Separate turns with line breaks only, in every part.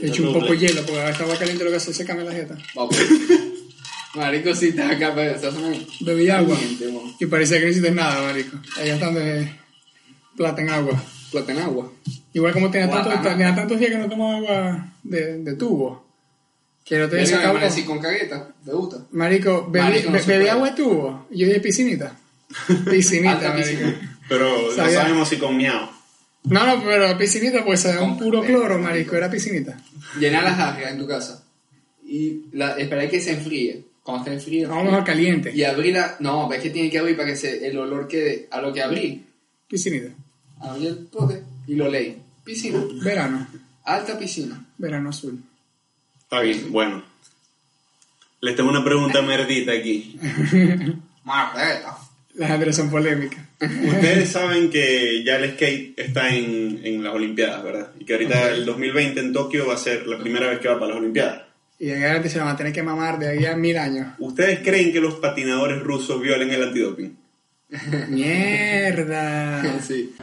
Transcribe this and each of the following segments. He hecho un poco de hielo porque estaba caliente lo que hace es secarme la jeta.
Vamos. Marico, sí, estás acá, pero estás en
Bebí agua
Caliente, bueno.
y parecía que no hiciste nada, marico. Ahí gastando eh, plata en agua.
plata en agua.
Igual como tenía,
Guau.
tanto, tenía tantos días que no tomaba agua de, de tubo. Que no
Verga,
tenía
me
sacado.
amanecí con cagueta. ¿Te gusta?
Marico, bebí,
Marico, no
be-
se
bebí
puede.
agua de tubo. Yo dije piscinita. Piscinita,
Alta
marico.
piscina.
Pero no
Sabía.
sabemos si con miau.
No, no, pero piscinita pues era un
Con-
puro cloro, marico. Era piscinita.
Llena las ajas en tu casa. Y la, esperar que se enfríe. Cuando esté enfríe.
Vamos mejor
Y
caliente.
abrirla. No, es que tiene que abrir para que se, el olor quede a lo que abrí.
Piscinita.
Abrí el pote y lo leí. Piscina.
Verano.
Alta piscina.
Verano azul.
Está bien, bueno. Les tengo una pregunta merdita aquí.
Marreta.
Las Andrés son polémicas.
Ustedes saben que ya el skate está en, en las Olimpiadas, ¿verdad? Y que ahorita el 2020 en Tokio va a ser la primera vez que va para las Olimpiadas.
Y en adelante se la van a tener que mamar de ahí a mil años.
¿Ustedes creen que los patinadores rusos violen el antidoping?
Mierda.
Sí.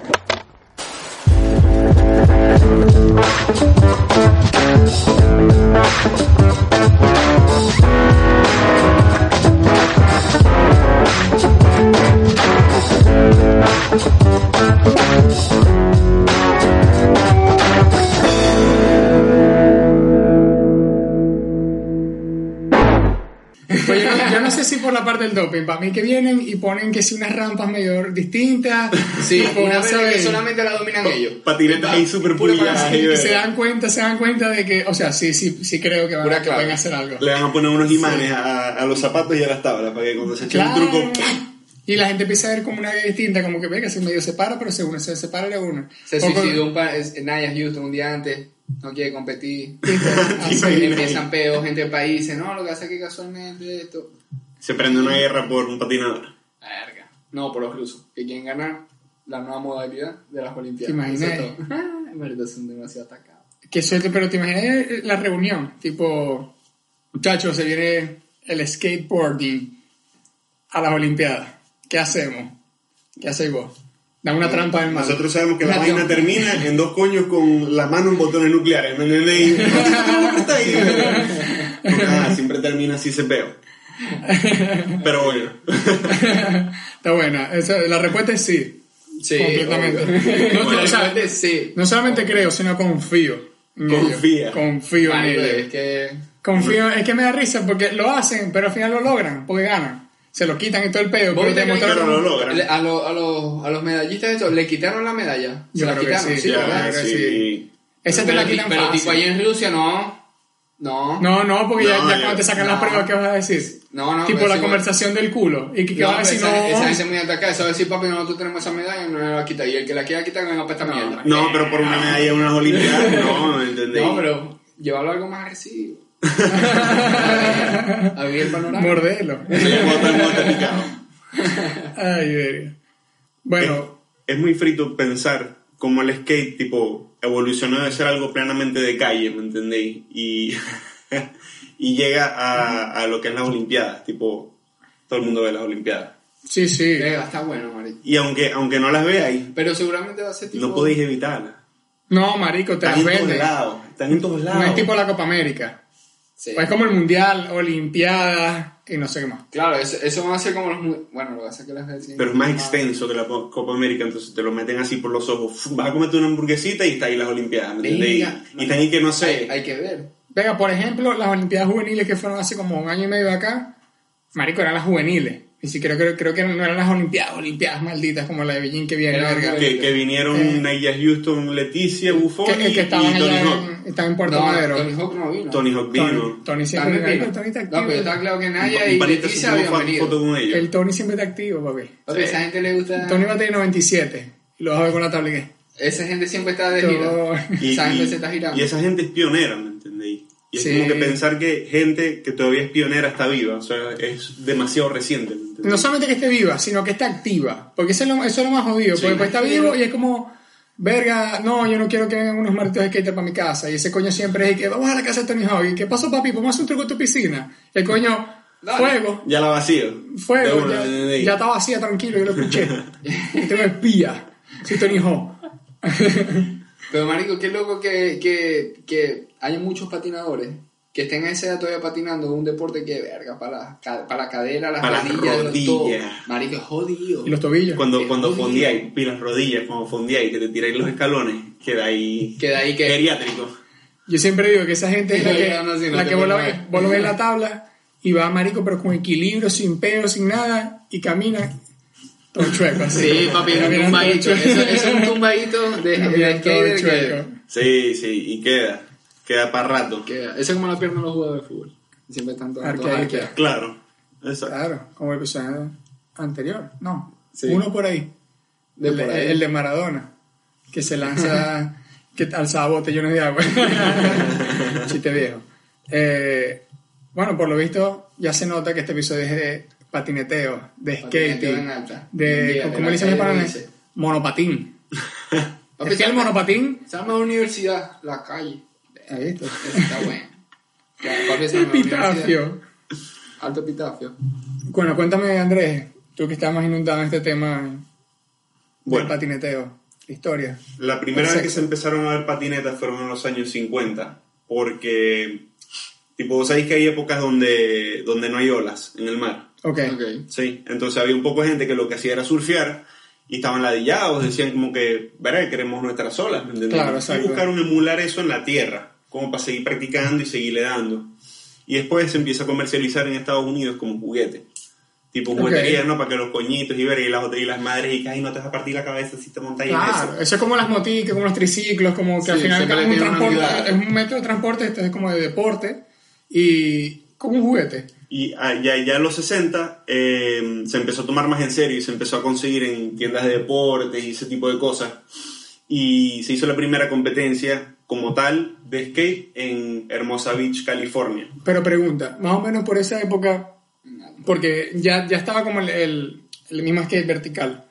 Pues yo, no, yo no sé si por la parte del doping, para mí que vienen y ponen que si unas rampas medio distintas.
Sí,
tipo,
una vez
¿sabes?
que solamente la dominan ellos.
Patinetas ahí súper
Pura
pulidas.
parecida.
ahí,
Y se
¿verdad?
dan cuenta, se dan cuenta de que, o sea, sí, sí, sí creo que, van,
Pura
que
clave.
pueden hacer algo.
Le van a poner unos imanes a, a los zapatos y a las tablas para que cuando se eche
Claro.
un truco... ¡pum!
Y la gente empieza a ver como una vida distinta, como que ve que se medio separa, pero se une, se separa y le une.
Se
O con-
suicidó un pa- es- Naya Houston un día antes, no quiere competir.
Así.
Empiezan peos entre países, no, lo que hace es que casualmente esto.
Se prende una guerra por un patinador.
Verga. No, por los rusos, que quieren ganar la nueva modalidad de las Olimpiadas.
¿Te imaginas?
Eso es todo. Ah, En verdad son demasiado atacados.
Qué suerte, pero te imaginas eh, la reunión, tipo, muchachos, se viene el skateboarding a las Olimpiadas. ¿Qué hacemos? ¿Qué hacéis vos? Dan una trampa en mano.
Eh, Nosotros sabemos que la
Una
vaina
trampa.
termina en dos coños con la mano en botones nucleares. ¿me entendéis? Está ahí. Ah, siempre termina así ese peo. Pero bueno.
Está buena. Esa- la respuesta es sí.
Sí,
completamente.
obvio.
No, o sea,
Obviamente, sí.
no solamente creo, sino confío. en ello.
Confía.
Confío en
Marico,
ello.
pues, es que.
Confío, es que me da risa porque lo hacen, pero al final lo logran, porque ganan. Se lo quitan y todo el pedo,
¿Vos
pero
viste
te
que
Pero lo
mostraron.
logran.
le- A, lo- a, los- a los medallistas, eso, le quitaron la medalla.
Yo
se la
creo que
quitaron,
sí.
sí,
Ya,
¿verdad?
claro que sí. Esa te
Pero
la
ti-
quitan
Pero
fácil.
tipo ahí en Rusia, no. No.
No, no, porque ya,
No,
ya
ya-
cuando te sacan
no.
las pruebas, ¿qué vas a decir?
No, no,
Tipo
pero
la
sí,
conversación del culo. ¿Y que qué
No,
vas a
pero
decir?
esa,
No,
esa gente es muy atacada. Eso va a decir, papi, nosotros tenemos esa medalla y no la va a quitar. Y el que la quiera quitar, venga para esta mierda.
No,
eh,
pero por una medalla en unas olimpiadas, no, ¿me entendéis?
No, pero llevarlo a algo más agresivo. Abrir el panorama.
mordelo.
Se le bota el bote picado.
Ay, verga. Bueno,
Es muy frito pensar cómo el skate, tipo, evolucionó de ser algo plenamente de calle, ¿me entendéis? Y, y llega a, a lo que es las Olimpiadas, tipo, todo el mundo ve las Olimpiadas.
sí, sí.
Verga, Eh, está bueno, marico.
Y aunque, aunque no las veáis,
Pero seguramente va a ser tipo...
no podéis evitarlas.
No, marico, te
Están
las
en todos
venden.
lados, están en todos lados.
No es tipo la Copa América.
Sí.
Pues es como el Mundial, Olimpiadas y no sé qué más.
Claro, eso, eso va a ser como los... mu- Bueno, lo que hace que las decían.
Pero es más extenso que la Po- Copa América, entonces te lo meten así por los ojos. Fu, Vas a comerte una hamburguesita y está ahí las Olimpiadas, ¿me entendéis?
Venga.
Y están ahí que no sé.
Hay, hay que ver.
Venga, por ejemplo, las Olimpiadas Juveniles que fueron hace como un año y medio acá, marico, eran las juveniles. Ni siquiera creo, creo que no eran las Olimpiadas, Olimpiadas malditas como la de Beijing que viene,
Eran
verga.
que, que vinieron
Eh.
Naya Houston, Leticia, Buffon
Que, que,
y-
que estaban
y Tony
allá
Hawk.
en, estaban en Puerto
no,
Madero.
Tony Hawk no vino.
Tony Hawk
Tony,
vino.
Tony siempre,
También vino.
el Tony está
No,
activo.
pero está claro que Naya
Un
y
palito se
Leticia
tomó
habían
fa- foto
venido.
con ellos.
el Tony siempre está activo, papi.
Papi, esa gente le gusta...
Tony va a tener 97 y lo vas a ver con la tabla que.
Esa gente siempre está de gira.
Todo-
Y,
Esa gente
y-
se está girando.
y esa gente es pionera, ¿me entendéis? Y es
Sí.
como que pensar que gente que todavía es pionera está viva, o sea, es demasiado reciente, ¿me entendéis?
No solamente que esté viva, sino que esté activa. Porque eso es lo, eso es lo más jodido.
Sí.
Porque después está vivo y es como, verga, no, yo no quiero que vengan unos martillos de skater para mi casa. Y ese coño siempre es el que vamos a la casa de Tony Hawk. ¿Y qué pasó, papi? Vamos a hacer un truco en tu piscina. El coño,
Dale.
fuego,
Ya la vacío. De
fuego.
una,
Ya,
¿me entendéis?
ya está vacía, tranquilo, yo lo escuché. Usted me espía. Soy Tony Hawk.
Pero marico, qué loco que, que, que haya muchos patinadores que estén a esa edad todavía patinando un deporte que verga para, la ca- para la cadera, las
Para las
rodillas, los- todo.
rodillas.
Marico, es jodido.
Y los tobillos.
Cuando,
Qué
cuando
jodido.
fondeáis, y las rodillas, cuando fondeáis, que te tiráis los escalones, queda ahí
Queda ahí que-
geriátrico.
Yo siempre digo que esa gente es la que,
No, no, sí, no
la
te
que vos, la
muevas.
ves- vos lo ves en la tabla y va marico, pero con equilibrio, sin peo, sin nada, y camina todo chueco. así.
Sí, papi,
Camina
un
todo
tumbadito.
chueco.
Eso, eso es un tumbadito de, de
Camina todo
skater
chueco.
que,
Sí, sí, y queda. Queda para rato.
que- Eso es como la pierna de los jugadores de fútbol. Siempre están todos todos
Arqueada.
arqueados.
Claro. Exacto.
Claro, como el episodio anterior. No,
Sí.
uno por ahí.
De
el,
por ahí.
el de Maradona, que se lanza, que alzaba botellones de agua. Chiste viejo. Eh, bueno, por lo visto, ya se nota que este episodio es de patineteo, de
Patineteo
skating,
en alta.
de,
Bien,
como
de la
le dicen los
calle
pananes?
Dulce.
Monopatín.
Papi,
Es que el
llama-
monopatín...
Se llama universidad, la calle.
Ahí está.
Eso está bueno. Claro, papi, se
El
llama universidad.
pitafio.
Alto epitafio.
Bueno, cuéntame, Andrés, tú que estás más inundado en este tema del
Bueno,
patineteo, historia.
la primera vez que
Exacto.
se empezaron a ver patinetas fueron en los años 50, porque, tipo, vos sabéis que hay épocas donde, donde no hay olas en el mar.
Ok.
Ok.
Sí, entonces había un poco de gente que lo que hacía era surfear y estaban ladillados, decían como que, verá, queremos nuestras olas, ¿me entiendes?
Claro,
y
exacto.
buscaron emular eso en la tierra, como para seguir practicando y seguirle dando. Y después se empieza a comercializar en Estados Unidos como juguete. Tipo juguetería, ¿no? Para que los coñitos y ver y las, y las madres y que, ay, no te vas a partir la cabeza si te montas ahí en
Claro,
eso.
eso es como las moticas, como los triciclos, como que
Sí,
al final
siempre
es un,
tiene una
transporte,
unidad.
es un método de transporte, esto es como de deporte y como un juguete.
Y ah, ya, ya en los 60 eh, se empezó a tomar más en serio y se empezó a conseguir en tiendas de deportes y ese tipo de cosas. Y se hizo la primera competencia como tal de skate en Hermosa Beach, California.
Pero pregunta, más o menos por esa época, porque ya, ya estaba como el, el, el mismo skate vertical,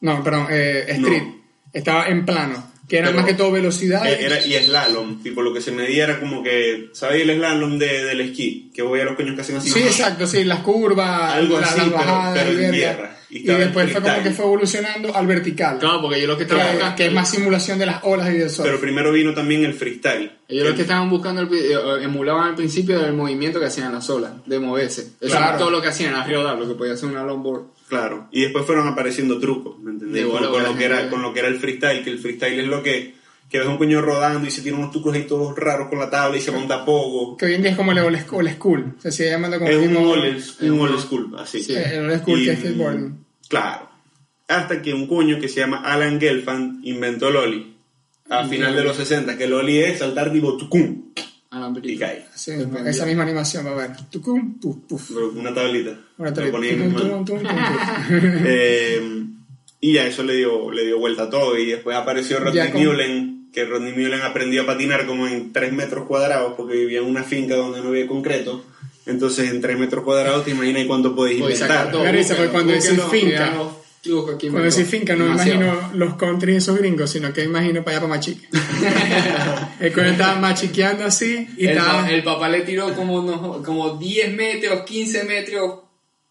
no, perdón, eh, street,
No.
estaba en plano, que era
Pero-
más que todo velocidad.
Ah,
Eh, Era, y slalom, tipo lo que se medía era como que, ¿sabéis el slalom de- del esquí? Que voy a los coños que hacen así.
Sí, exacto, sí, las curvas,
Algo
las,
así,
las
pero-
bajadas,
pero en
y verga.
tierra.
Y,
Y estaba en
después fue como
freestyle.
que fue evolucionando al vertical,
Claro, porque yo lo que
que,
estaba buscando.
que es más simulación de las olas y del sol.
Pero primero vino también el freestyle.
Ellos lo que estaban buscando, al pri- eh, emulaban al principio el movimiento que hacían las olas, de moverse. Eso
Claro.
era todo lo que hacían, a rodar, lo que podía hacer una longboard.
Claro, y después fueron apareciendo trucos, ¿me
De
entendés? Con,
bola,
con
bola,
lo que era,
gente.
con lo que era el freestyle, que el freestyle es lo que, que ves a un coño rodando y se tiene unos trucos ahí todos raros con la tabla y se monta poco.
que hoy en día es como el old school, el school. se sigue llamando como
Es un
mismo-
old, un old school, así.
Sí,
el old school que es skateboarding.
Claro. Hasta que un coño que se llama Alan Gelfand inventó el ollie. A final de los 60, que el ollie es saltar tipo tucum y
Alambrito.
cae.
Sí, esa misma animación va a ver. Tucum, puf, puf.
Una tablita.
Una
Lo
tele-
ponía en
tucum,
mano.
tucum, tucum, tucum.
Eh, y ya eso le dio, le dio vuelta a todo. Y después apareció Rodney
Ya con-
Mullen, que Rodney Mullen aprendió a patinar como en 3 metros cuadrados, porque vivía en una finca donde no había concreto. Entonces, en 3 metros cuadrados, te imaginas cuánto podés
Voy a
inventar.
sacar todo.
Claro, esa fue cuando decís finca. Cuando decís
decís
finca, no me imagino los country esos gringos, sino que imagino para allá para Machique. el coño estaba machiqueando así y
El,
estaba.
pa- el papá le tiró como, no- como 10 metros, 15 metros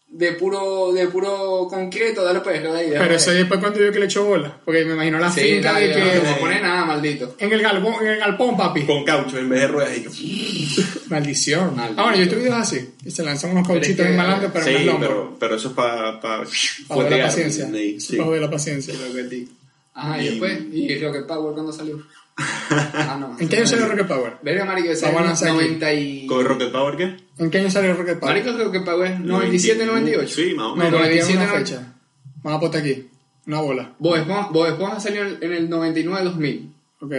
de puro, de puro concreto. Dale pues, dale ahí, dale
pero
ahí.
eso después cuando yo que le echo bola. Porque me imagino la
Sí,
finca
dale,
de
dale,
que.
No te pone nada, maldito.
En el, galpón, en el galpón, papi.
Con caucho en vez de ruedas. Y-
Maldición.
Maldito.
Ahora, Ah, yo he visto videos así. Y se lanzan unos
Pero es
cauchitos
que-
bien malandros, pero
Sí,
no es lombo.
pero, pero eso es para. Pa,
Para ver la
fuetear,
paciencia.
¿entendéis? Sí.
Para ver la paciencia.
Ajá, y,
Y-
después, y Rocket Power cuando salió. Ah, no.
¿En qué año salió Rocket Power?
Verga, marico, ese
Vamos a
es
lanzar aquí.
90 y...
¿Con Rocket Power qué?
¿En qué año salió Rocket Power?
Marico, creo que pagó es 97, 98.
Sí, más o
no,
menos.
pero tiene
97,
una
¿no?
fecha. Vamos a apostar aquí. Una bola.
Bob Esponja, Bob Esponja salió en el 99-2000.
Ok.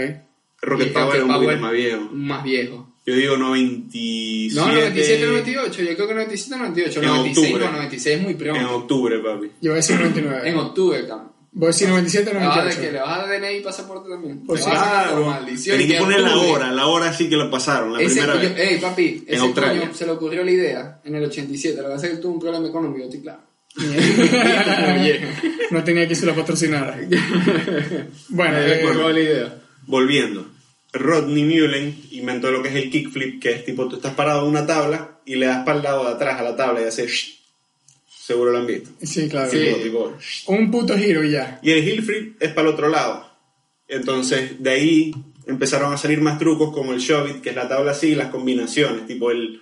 Rocket Power es un poquito más viejo.
Más viejo.
Yo digo 97.
No, 97-98, yo creo que 97-98.
En
96,
octubre.
no, 96 es muy
En
pronto.
octubre, papi.
Yo voy a decir
En,
99.
octubre, cabrón.
Voy a decir 97 o
Le vas a dar
98.
que le vas a dar DNI y pasaporte también.
Pues
Le
sí.
vas a dar
Claro.
por maldición.
Tenés que
que
poner la
apruebe.
hora, la hora sí que la pasaron, la
Ese eh,
primera
coño,
vez.
ey, papi,
En
ese
Australia.
coño se le ocurrió la idea en el 87. Lo que pasa es que tuvo un problema económico, estoy claro.
no tenía que se la patrocinara. Bueno,
Le
eh,
ocurrió la idea.
Volviendo. Rodney Mullen inventó lo que es el kickflip, que es tipo, tú estás parado en una tabla y le das para el lado de atrás a la tabla y haces... shh. Seguro lo han visto.
eh, sí, claro.
Tipo, tipo, shh.
Un puto giro y ya.
Y el heel flip es para el otro lado. Entonces, de ahí empezaron a salir más trucos como el shove it, que es la tabla así, y las combinaciones, tipo el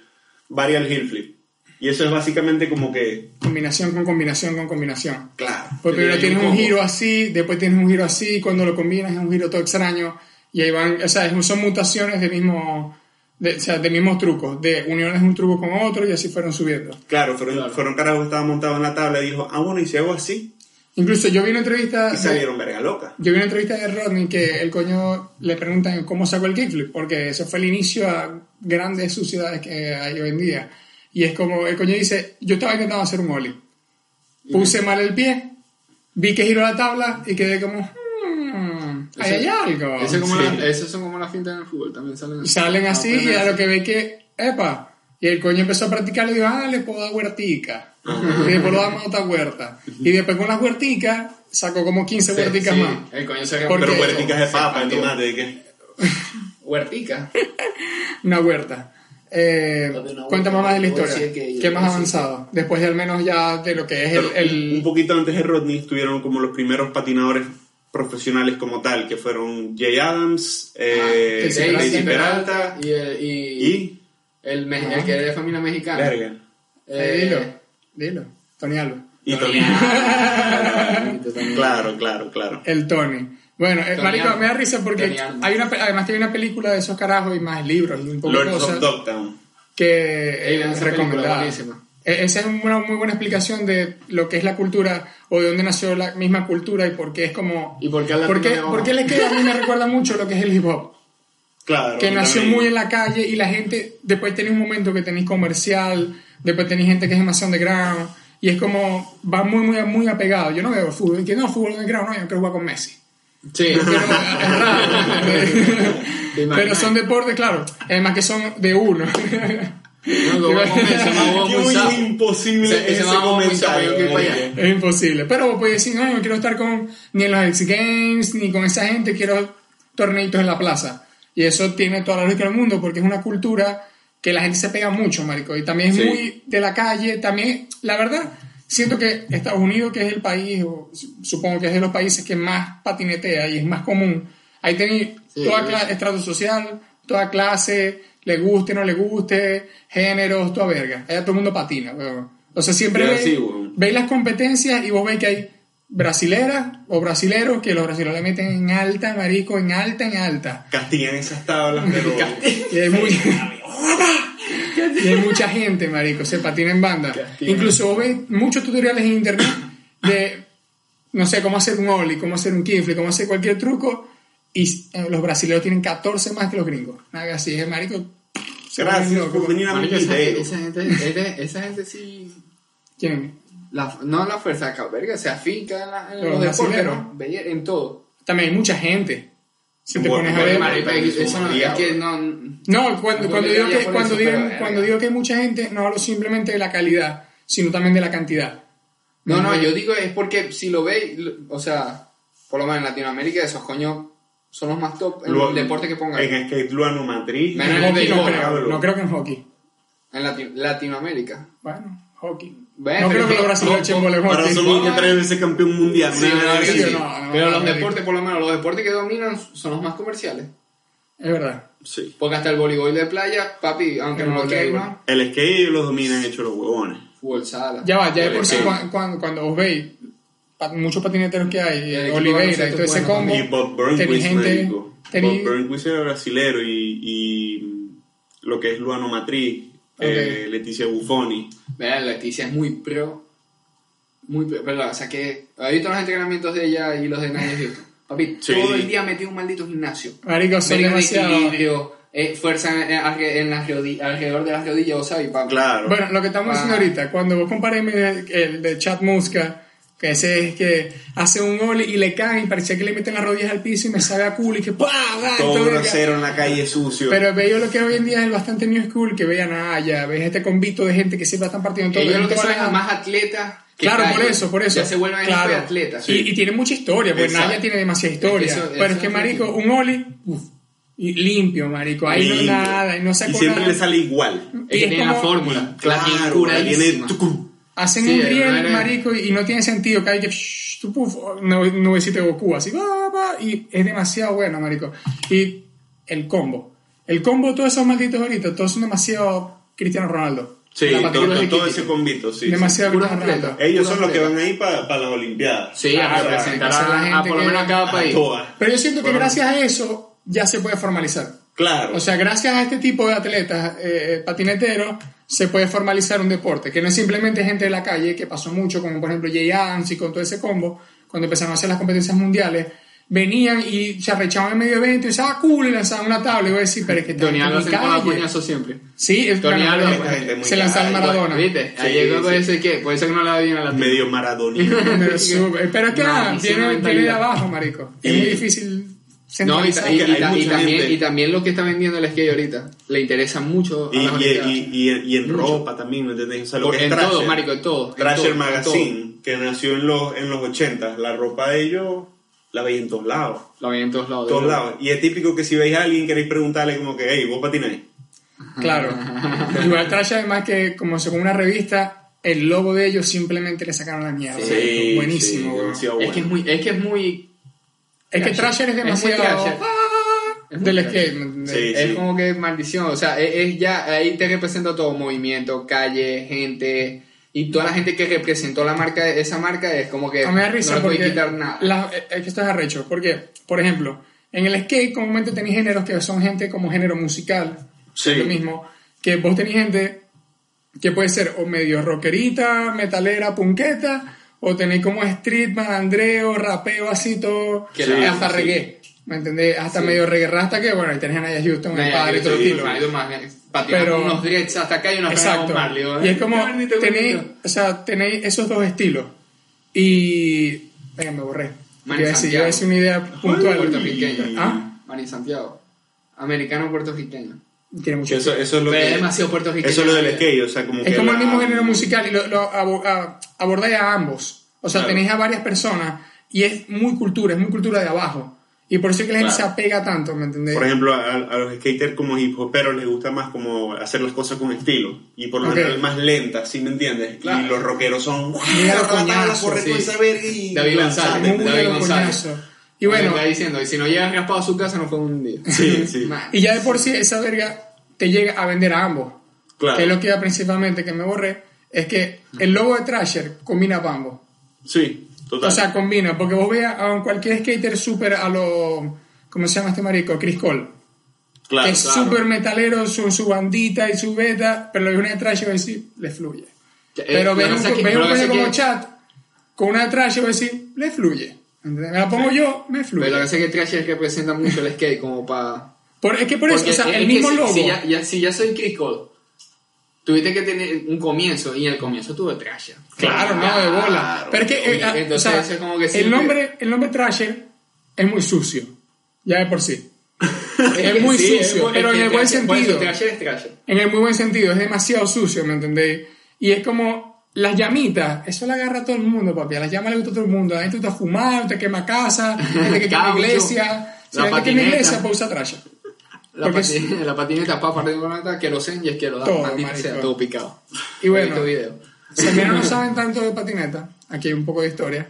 varial heel flip. Y eso es básicamente como que,
Combinación con combinación con combinación.
claro.
Porque
te
primero
doy
tienes Pues, un
combo.
giro así, después tienes un giro así, y cuando lo combinas es un giro todo extraño. Y ahí van, o sea, es- son mutaciones del mismo, de, o sea, de mismos trucos. De uniones un truco con otro y así fueron subiendo.
Claro, fueron, fueron carajos que estaban montados en la tabla y dijo, ah, bueno, y si hago así,
Incluso yo vi una entrevista.
y
de-
salieron verga loca.
Yo vi una entrevista de Rodney que el coño le preguntan cómo sacó el kickflip, porque eso fue el inicio a grandes suciedades que hay hoy en día. Y es como, el coño dice, yo estaba intentando hacer un ollie. Puse mal el pie, vi que giró la tabla y quedé como, "Hmm, ahí hay algo.
Ese como
Sí.
la- Esos son como las fintas en el fútbol. También salen,
Salen así y
apenas
a lo que ve que, epa. Y el coño empezó a practicar y dijo, ah, le puedo dar huertica. Y después lo damos a otra huerta. Y después con las huerticas, sacó como 15
Sí,
huerticas
sí,
más.
El coño se
Porque-
Pero huerticas de
se
papa, de
expandió.
tomate, de qué.
Huertica.
una huerta. Eh,
Donde una huerta,
cuéntame más de la
te voy a
historia.
decir que-
¿Qué más
sí,
avanzado? Después de al menos ya de lo que es el...
Pero Un
el-
poquito antes de Rodney estuvieron como los primeros patinadores profesionales como tal, que fueron Jay Adams,
Ah,
eh,
Daisy
Daisy
Daisy
Peralta
Peralta y, el- y,
y...
el, me- el que es de familia mexicana.
Verga.
eh,
Eh,
dilo, dilo. Tony Alba.
Y Tony. Claro, claro, claro.
El Tony. Bueno, eh,
Tony
marico,
Alba.
me da risa porque
Tony Alba.
hay una, pe- además tiene una película de esos carajos y más libros y un poco de
Lords
cosas
of Dogtown.
que
Ey, vean
es
esa película,
recomendada.
buenísima.
Eh, Esa es una muy buena explicación de lo que es la cultura o de dónde nació la misma cultura y por qué es como...
¿Y por qué al
¿Por
latino
qué,
le va
por
mal?
qué les queda? A mí me recuerda mucho lo que es el hip hop.
Claro.
que nació
también.
muy en la calle y la gente, después tenéis un momento que tenéis comercial, después tenéis gente que es demasiado underground y es como, va muy, muy, muy apegado. Yo no veo fútbol, y que no, fútbol underground, no, yo no quiero jugar con Messi.
Sí.
Pero, es raro, pero son deportes, claro, además que son de uno.
No, lo voy a comer, se me
Qué
muy sapo.
imposible
Se-
ese
se mamó muy sapo, yo
comentario.
quiero ir para
marico.
allá.
Es imposible. Pero vos podés decir, no, yo no quiero estar con, ni en los X Games, ni con esa gente, quiero torneitos en la plaza. Y eso tiene toda la lógica del mundo, porque es una cultura que la gente se pega mucho, marico. Y también es
Sí.
muy de la calle, también, la verdad, siento que Estados Unidos, que es el país, o su- supongo que es de los países que más patinetea y es más común, ahí tenéis
Sí,
toda
es.
clase, estrato social, toda clase, le guste, no le guste, géneros, toda verga. Allá todo el mundo patina, weón. O sea, siempre
Ya,
veis
sí, weón.
veis las competencias y vos veis que hay brasileras o brasileros que los brasileros le meten en alta, marico, en alta, en alta.
Castigan esas tablas, pero...
Y hay, muy- y hay mucha gente, marico, se patina en banda.
Castigo.
Incluso vos ves muchos tutoriales en internet de, no sé, cómo hacer un ollie, cómo hacer un kickflip, cómo hacer cualquier truco. Y eh, los brasileños tienen 14 más que los gringos. Nada así, es marico. se vuelven
Gracias
locos.
por venir a mi
Marico, esa, gente-
video.
esa gente, esa- esa gente sí.
¿Quién?
La, no la fuerza acá, verga, se afinca en, la, en
Pero
los deportes,
brasileño.
¿no? Belle- En todo.
También hay mucha gente. Si te
Bueno,
pones a
pero
ver.
marico,
Eso
es un
no-
día,
es que
bro.
no.
No, cuando,
No
cuando,
le
digo,
daría
que,
por
cuando,
eso,
digo,
pero eh, verga.
cuando digo que hay mucha gente, no hablo simplemente de la calidad, sino también de la cantidad.
No, no, yo digo es porque si lo veis, lo- o sea, por lo menos en Latinoamérica, esos coños son los más top en
Luego-
el deporte que pongan.
En skate, Luano, Matriz.
Menos
En
el
hockey no
béisbol,
creo,
cabrón.
no creo que en hockey.
En Lati- Latinoamérica.
Bueno, hockey.
Bueno,
no
pero
creo que
sí,
los brasileños echen bola en
Ahora
hockey.
somos que tres veces campeón mundial.
Sí,
una
no,
verga
sí,
así.
no, no,
Pero los
no,
deportes, por lo menos, los deportes que dominan son los más comerciales.
Es verdad.
Sí.
Porque hasta el voleibol de playa, papi, aunque
El
no lo
voleibol.
quieran,
El skate los dominan hecho los huevones.
fútbol sala.
Ya va, ya de
voleibol
por sí,
sala.
cuando, cuando, cuando os veis, pa- muchos patineteros que hay,
El
eh,
equipo
Oliveira y
de
todo ese
baloncesto
combo.
Y Bob Burnquist,
tenéis gente,
marico.
tenéis-
Bob Burnquist era brasilero y, y lo que es Luano Matriz, eh, Leticia Buffoni.
Verá, Leticia es muy pro. Muy pro, ¿verdad? O sea que. Ahí todos los entrenamientos de ella y los de Nadia Houston. Papi,
Sí.
todo el día metido en un maldito gimnasio.
Marico, son
Verga de
demasiado-
equilibrio, eh, fuerza en, en alre- en las rodi- alrededor de las rodillas, ¿sabes? Papi?
Claro.
Bueno, lo que estamos
Ah.
diciendo ahorita, cuando vos comparéis el, el de Chad Muska Que ese es que hace un gol y le caen, parecía que le meten las rodillas al piso y me sabe a cool y que ¡pah! ¡Ah!
Todo
Entonces,
grosero en la calle, sucio.
Pero veo lo que hoy en día es bastante new school, que vean a ya ves este convito de gente que siempre están partiendo en todo.
Ellos lo que
Gente
son
va a-
es más atletas. que
Claro,
caen.
por eso, por eso.
Ya se vuelven
Claro.
claro. atletas.
Y, y tiene mucha historia, porque
Exacto.
Naya tiene demasiada historia.
Es que eso-
Pero
eso
es que,
es
marico,
lo
un Oli, uf, y limpio, marico. Ahí no
Limpio.
es nada, ahí no
Y
sacó
siempre
nada.
le sale igual.
Y
Ellos
es
tienen la
como-
fórmula. la tienen
Claro, la tiene
curadísima.
tucum.
Hacen
Sí,
un
de
riel,
verdad.
marico, y no tiene sentido. Cada vez que shh, tu puf, no, no decirte Goku, así, va, va, y es demasiado bueno, marico. Y el combo. El combo, todos esos malditos ahorita, todos son demasiado Cristiano Ronaldo.
Sí,
La
todo,
patrulla de
todo- todo
Kiki.
ese convito, sí. sí.
Demasiado
Puros
Cristiano Ronaldo.
atletas.
Ellos son los que van ahí para las Olimpiadas.
Sí,
Claro,
a representar
esa es la
a, a
gente
por lo
que-
menos a cada
A
país.
todas.
Pero yo siento que
Bueno.
gracias a eso ya se puede formalizar.
Claro.
O sea, gracias a este tipo de atletas eh, patineteros se puede formalizar un deporte, que no es simplemente gente de la calle, que pasó mucho, como por ejemplo Jay Adams y con todo ese combo, cuando empezaron a hacer las competencias mundiales, venían y se arrechaban en medio evento y decían, ah, cool, y lanzaban una tabla y voy a decir, pero es que está
Tony
en
Alves
mi
se pone
calle".
coñazo siempre.
Sí, es-
Tony
bueno,
Alves, pues,
bueno,
esta gente muy
se lanzaba el
calle, bueno,
Maradona.
¿Viste? Ahí
Sí,
llegó con
sí.
ese que, puede ser que no le va bien a la
Medio maradonio.
Pero, sube- pero es que
No,
ah,
esa
viene,
mentalidad.
viene de abajo, marico. Es
Y-
muy difícil
No, y, ta-
centralizar.
y-
que
y
hay
ta- y
mucha
también,
gente.
y también lo que está vendiendo el skate ahorita le interesa mucho.
Y,
a las
y,
Olimpiadas.
y- y- y en
Mucho.
ropa también, ¿me entendés? O sea, lo
Por-
que es
en todo,
Thrasher.
marico, en todo, en
Thrasher
todo, en
Magazine, que nació en los, en los 80. La ropa de ellos la veis en todos lados.
Lo ven en todos lados.
todos lados. Y es típico que si veis a alguien queréis preguntarle como que, hey, vos patináis.
Claro. Igual Trash además que como según una revista, el logo de ellos simplemente le sacaron la mierda.
Sí,
Buenísimo,
sí,
weón.
demasiado
Es que es
bueno.
muy, es que es muy
Es que Trasher
Es
es
muy
demasiado
Thrasher.
ah,
Es muy
del
Thrasher.
skate. ¿me entiendes?
Sí,
es
sí.
como que maldición, o sea, e-, es, es ya ahí te representa todo movimiento, calle, gente y toda la gente que representó la marca, esa marca es como que
A mí me da
no
risa
le
porque
puede quitar nada.
la- eh, es que esto es arrecho. Porque, por ejemplo, en el skate comúnmente tenéis géneros que son gente como género musical.
Sí.
Es lo mismo. Que vos tenéis gente que puede ser o medio rockerita, metalera, punqueta, o tenéis como street, malandreo, rapeo, así todo,
Que
que
la-
hasta
sí.
reggae. ¿me entendés? Hasta medio reggae rasta que, bueno, ahí tenés a Naya Houston, el
Naya,
padre,
yo
todo
soy
estilo.
Ronaldo más, eh, patinando
Pero-
unos dreads hasta acá y unos
Exacto. Y es como, tenéis, o sea, tenéis esos dos estilos. Y, venga, me borré.
Man,
Yo iba a decir- yo iba a decir una idea puntual.
puertorriqueño.
¿Ah?
Manny Santiago. Americano puertorriqueño.
Tiene mucho
Eso, eso es lo
Pero
que-
es demasiado puertorriqueño.
Eso es lo del skate, o sea, como
Es
que
como
la-
el mismo género musical y lo, lo abo- a- abordáis a ambos. O sea,
Claro.
tenéis a varias personas y es muy cultura, es muy cultura de abajo. Y por eso es que la gente
Claro.
se apega tanto, ¿me entendés?
Por ejemplo, a, a los skaters como hip hoperos les gusta más como hacer las cosas con estilo y por lo
Ok.
general más lentas, ¿sí me entiendes?
Claro.
Y los rockeros son
Mira los
"Guau,
coñazos,
corre con
sí.
esa verga y
David
lanzate".
González.
Muy
David
bueno,
González.
coñazo. Y bueno,
está diciendo, y si no llega raspado a su casa no fue un día.
Sí, sí.
Man.
y ya de por sí esa verga te llega a vender a ambos.
Claro.
Que es lo que iba principalmente que me borré, es que el logo de Trasher combina a ambos.
Sí, total.
O sea, combina, porque vos veas a cualquier skater súper a lo... ¿Cómo se llama este marico? Chris Cole.
claro,
que es
claro.
súper metalero, su, su bandita y su beta, pero la una de trash, yo voy a decir, le fluye.
Eh,
Pero
lo que
ven un,
pasa es que-
ven
lo
un
que pasa
coño
es
como
que-
chat, con una de trash, yo voy a decir, le fluye. ¿Entendés? Me la pongo yo, me
Pero lo que
fluye.
pasa es que Thrasher representa mucho el skate como para...
Por- es que por eso,
Porque
o sea,
es-
el
es que
mismo
si-
logo.
Si ya, ya- si ya soy Chris Cole, tuviste que tener un comienzo y en el comienzo tuve Thrasher.
Claro, no, de bola.
Claro,
Pero es que, eh,
coño,
ah, o
entonces
sea,
eso es como que
el,
siempre-
nombre, el nombre Trasher es muy sucio, ya de por sí.
es,
es
que
muy
sí,
sucio,
muy-
pero
que
en el buen
Thrasher- por eso
sentido.
Thrasher es Thrasher.
En el muy buen sentido, es demasiado sucio, ¿me entendéis? Y es como las llamitas, eso la agarra todo el mundo, papi. A las llamas le gusta a todo el mundo. A la gente que gusta fumar, te quema casa, gente que quema
Caucho,
iglesia. Si
la
la gente quema
patineta.
iglesia, pues usa trasha.
La,
Porque
pati- la patineta, papa, arriba, bonata, querosén y es que lo da
Todo,
maldita
marico.
sea, todo picado.
Y bueno,
Bonito video.
si al menos no saben tanto de patineta, aquí hay un poco de historia,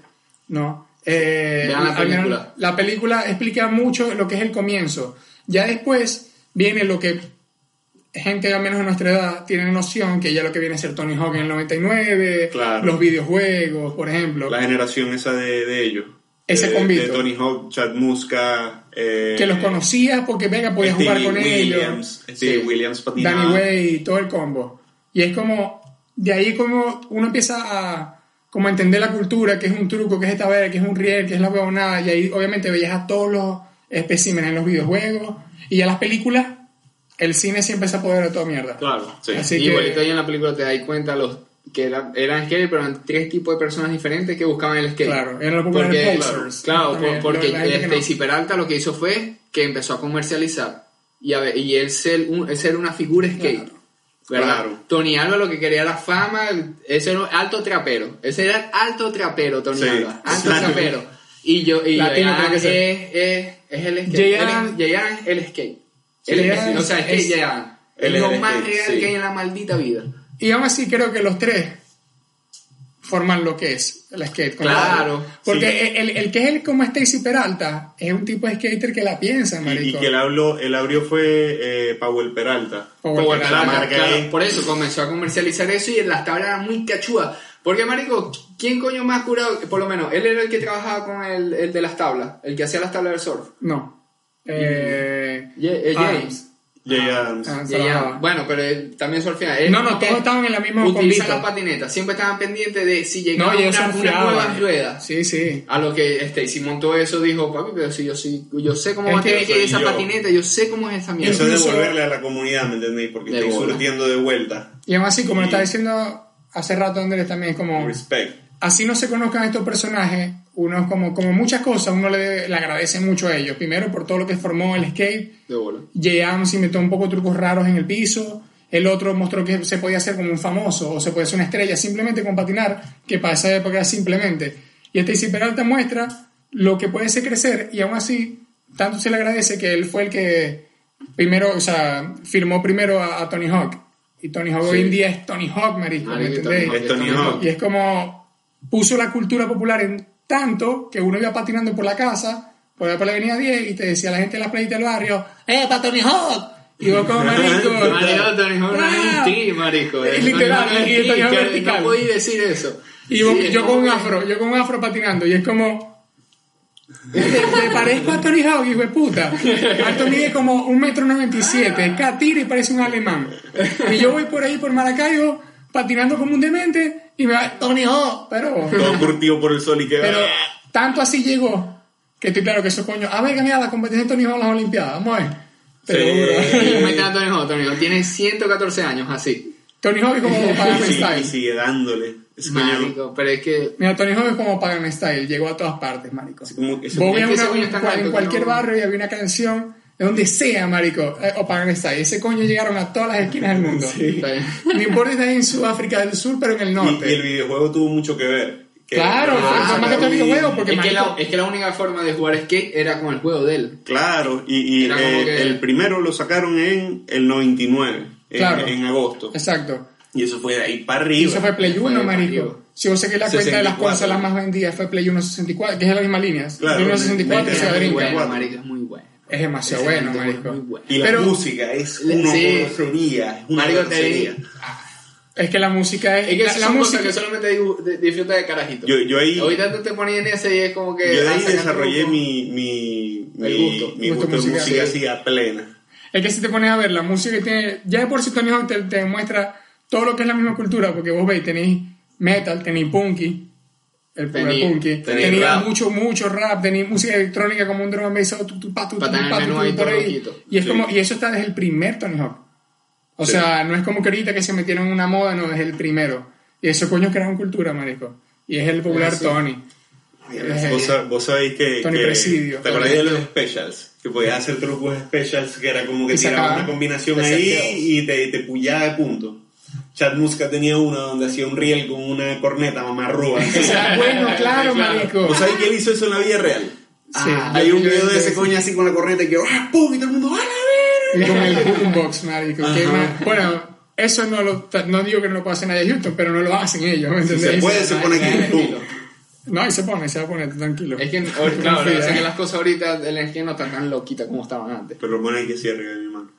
¿no? Eh,
Vean la
al menos
película.
La película explica mucho lo que es el comienzo. Ya después viene lo que gente al menos de nuestra edad tiene noción, que ya lo que viene a ser Tony Hawk en el 99,
Claro.
los videojuegos, por ejemplo.
La generación esa de, de ellos.
Ese
de,
convito.
de Tony Hawk, Chad Muska, eh,
que los conocías porque venga podías
Stevie
jugar con
Williams,
ellos
Stevie
Sí.
Williams patinaba.
Danny Way todo el combo y es como de ahí como uno empieza a como a entender la cultura que es un truco que es esta verga que es un riel que es la huevonada y ahí obviamente veías a todos los especímenes en los videojuegos y a las películas el cine siempre se apodera de toda mierda
Claro.
Sí.
Así
y
que-
igualito ahí en la película te das cuenta los que era, eran skate, pero eran tres tipos de personas diferentes que buscaban el skate.
Claro, eran los
porque,
populares
claro,
posers.
claro, por-
También,
porque
la gente que no.
Stacy Peralta lo que hizo fue que empezó a comercializar y, a ver- y él ser, un- él ser una figura skate. ¿verdad?
Claro.
Tony Alba lo que quería era fama, ese era un alto trapero, ese era el alto trapero Tony
Sí.
Alba, alto
Claro.
trapero. Y yo, y yo,
Latino
ah,
tiene que ser.
es, es, es el skate.
J.R.
Él es- J.R. es el skate. Él
J.R.
es- o sea, es
es-
que J.R. Es
Él es
lo
el
más
skate,
real
sí.
que hay en la maldita vida.
Y aún así creo que los tres forman lo que es el skate. como
Claro,
tal. Porque el, el que es el como Stacy Peralta es un tipo de skater que la piensa,
Y, y
marico.
que él, habló, él abrió fue eh, Powell Peralta.
Powell
Porque
Peralta,
Pues, La marca
Claro,
es-
por eso comenzó a comercializar eso y las tablas eran muy cachúas. Porque, marico, ¿quién coño más curado? Por lo menos, él era el que trabajaba con el, el de las tablas, el que hacía las tablas del surf.
No. Eh,
Ye- eh,
ah,
James.
Jay Adams.
ah,
Ye-
trabajaba.
Ye- bueno, pero él también surfeaba. Él
No, no,
que
todos estaban en la misma
Utilizan
combito.
Eh, la patineta, siempre estaban pendientes de si
No,
llegaba
y
una,
ellos
una nueva rueda.
Sí, sí.
A lo que Stacy montó eso, dijo, papi, pero si yo, sí yo sé cómo
Es
va a
que
tener que ir esa
soy yo.
patineta, yo sé cómo es esa
Y eso
mierda.
es
Incluso-
devolverle a la comunidad, ¿me entendéis? Porque
De
estoy
bola.
surtiendo de vuelta.
Y aún así, como lo
Y-
está diciendo hace rato Andrés también, es como...
Respect.
así no se conozcan estos personajes, uno es como, como muchas cosas, uno le, le agradece mucho a ellos. Primero por todo lo que formó el skate.
De bola.
J.A.M. se inventó un poco trucos raros en el piso. El otro mostró que se podía hacer como un famoso o se podía hacer una estrella simplemente con patinar, que para esa época era simplemente. Y Stacy Peralta muestra lo que puede ser crecer y aún así, tanto se le agradece que él fue el que primero, o sea, firmó primero a, a Tony Hawk. Y Tony Hawk hoy en día es Tony Hawk, marico, ¿me
Marico,
entendéis?
Es Tony Hawk.
Y es como puso la cultura popular en tanto que uno iba patinando por la casa, por la por la avenida 10 y te decía la gente en las playitas del barrio, ¡eh, para Tony Hawk! Y vos como marico.
Marico, Tony Hawk no es un ti, marico.
Ah. Es
Tony
literal,
Hawk no es
y el
ti,
Tony Hawk
que
vertical.
No podía decir eso.
Y vos-
Sí, es
yo
como
con un
que-
afro, yo con un afro patinando y es como... Me me parezco a Tony Hawk, hijo de puta. Alto mide como un metro noventa y siete, catira y parece un alemán. Y yo voy por ahí, por Maracaibo, patinando como un demente y me va, Tony Hawk, pero...
Todo curtido por el sol y que...
Pero tanto así llegó que estoy claro que esos coños. A ver, mira, la competencia de Tony Hawk en las Olimpiadas. Vamos a ver. Te lo
Sí.
juro.
Y meten a Tony Hawk, Tony Hawk tiene 114 años, así.
Tony Hawk es como Pagan
Y sigue, y
Style.
sigue dándole. Ese coño,
Marico, pero es que...
Mira, Tony Hawk es como Pagan Style. Llegó a todas partes, marico.
como- ese-
Vos
es
veías
que ese
una-
coño está
cual-
alto,
en cualquier
¿no?
barrio y había una canción de donde sea, marico. eh, o Pagan Style. Ese coño llegaron a todas las esquinas del mundo.
está bien.
No importa si estás en Sudáfrica del Sur, pero en el
y,
norte.
y el videojuego tuvo mucho que ver. Que-
Claro,
que-
fue
Ah,
más que todo el
y-
videojuego, pues. porque
Es que, la,
marico,
es que la única forma de jugar skate era con el juego de él.
Claro, y, y,
Era como
eh,
que-
el primero lo sacaron en el 99, en,
Claro.
en agosto.
Exacto.
Y eso fue de ahí para
Y
arriba.
eso fue Play
Fue
1,
Play
marico.
uno.
Si vos saqué la cuenta de las
64.
consolas más vendidas, fue Play 1 64, que es la misma línea.
Claro,
Play 1 64
Ese
Este se
era muy
muy
brinca.
bueno,
bueno.
marico, es muy bueno.
Es demasiado
Ese
bueno,
momento fue muy
marico.
bueno.
y la
pero-
música es
Le-
una
sí.
grosería, es una
Marico, te
grosería.
digo,
Es que la música es.
Es que
la,
son
la
cosas
música.
que solamente dibu- de- disfruta de carajito.
Yo- yo ahí-
Ahorita tú te ponías en ese y es como que...
Yo de
ah,
ahí
saca
desarrollé
truco.
mi, mi, mi,
El gusto.
mi
Gusto
gusto de
musical.
música
Sí.
así a plena.
Es que si te pones a ver, la música que tiene. Ya de por sí Tony Hawk te, te demuestra todo lo que es la misma cultura, porque vos veis, tenéis metal, tenéis punky. El pura
Tení-
punky.
tení
Tenéis
rap.
mucho, mucho rap, tenéis música electrónica como un drum and bass, tu, tu, pa, tu, tu,
Pa' tener
pa, tu,
menú
tu,
ahí
por
todo
ahí.
loquito.
Y es
Sí.
como, y eso está desde el primer Tony Hawk. O
Sí.
sea, no es como que ahorita que se metieron en una moda, no, es el primero. Y eso coño crearon cultura, marico. Y es el popular
Así.
Tony. Eh,
Vos, sa- vos sabéis que,
Tony
que-
Presidio.
¿Te acordás de los specials? Que podías hacer trucos specials que era como que
Y se
tirabas
acababan.
una combinación
Te
ahí
saqueabas.
y te, te pullaba de punto. Chad Muska tenía una donde hacía un riel con una corneta mamarrúa.
Está bueno, claro, marico.
¿Vos sabés que él hizo eso en la vida real?
Sí.
Ah,
Hay
Yo-
un
yo-
video de
yo-
ese coño así con la corneta y que ¡ah, pum! Y todo el mundo ¡ah, la verga!
Con el boombox, marico. qué ma- Bueno, eso no lo, no digo que no lo pueda hacer nadie en Houston, pero no lo hacen ellos, ¿me
Si
entendés?
se puede, se
no,
pone
no,
aquí.
no,
¡Pum!
no.
No, y se pone, se va a poner tranquilo. ¿eh?
Es que, ahor- claro, lo que pasa es que las cosas ahorita del energía no están tan loquitas como estaban antes.
Pero lo ponen aquí así arriba, mi hermano.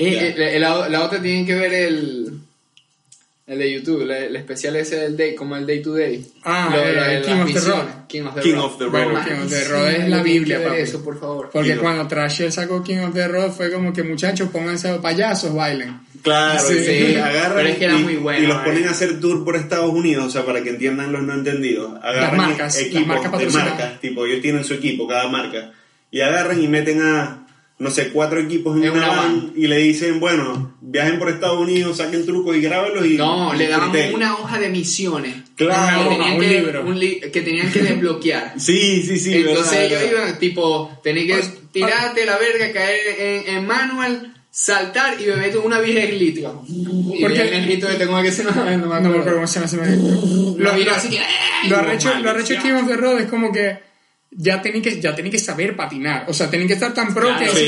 Eh,
Ya.
eh, la- la, la otra tiene que ver el, el de YouTube, la- el, especial ese del day, como el day to day.
Ah,
Lo-
el-
lo-
el
las
King of the
visiones.
Road.
King of the
King
Road.
of the Road.
Bueno, King of the Road es la Biblia,
para
papi.
eso, por favor.
Porque
Digo.
cuando Trasher sacó King of the Road fue como que muchachos, pónganse a payasos, bailen.
Claro,
Sí,
y se
sí,
agarran
pero es que era
y,
muy bueno,
y los
eh.
ponen a hacer tour por Estados Unidos, o sea, para que entiendan los no entendidos. Agarran
Las marcas,
equipos
las marcas
de
patrocinadas.
marcas, tipo, ellos tienen su equipo, cada marca, y agarran y meten a no sé, cuatro equipos en
En
una
una
van
van.
y le dicen, bueno, viajen por Estados Unidos, saquen trucos y grábenlos y...
No, le daban
criten.
una hoja de misiones.
Claro,
que tenían
un
que,
libro.
li- que tenían que desbloquear.
Sí, sí, sí.
Entonces
verdad,
ellos
verdad.
iban, tipo, tenés que tirarte la verga, caer en, en manual, saltar y beberte una vieja de litro. Y
Porque-
Porque el grito de tengo que ser Ah, no, no me
No me acuerdo
acuerdo.
cómo se llama, se me-
Lo
Lo,
vino así que.
lo arrecho,
"Ay,
lo arrecho
maldición".
Game of the Road es como que ya tienen que, ya tienen que saber patinar. O sea, tienen que estar tan pro
Claro,
que,
sí,
que-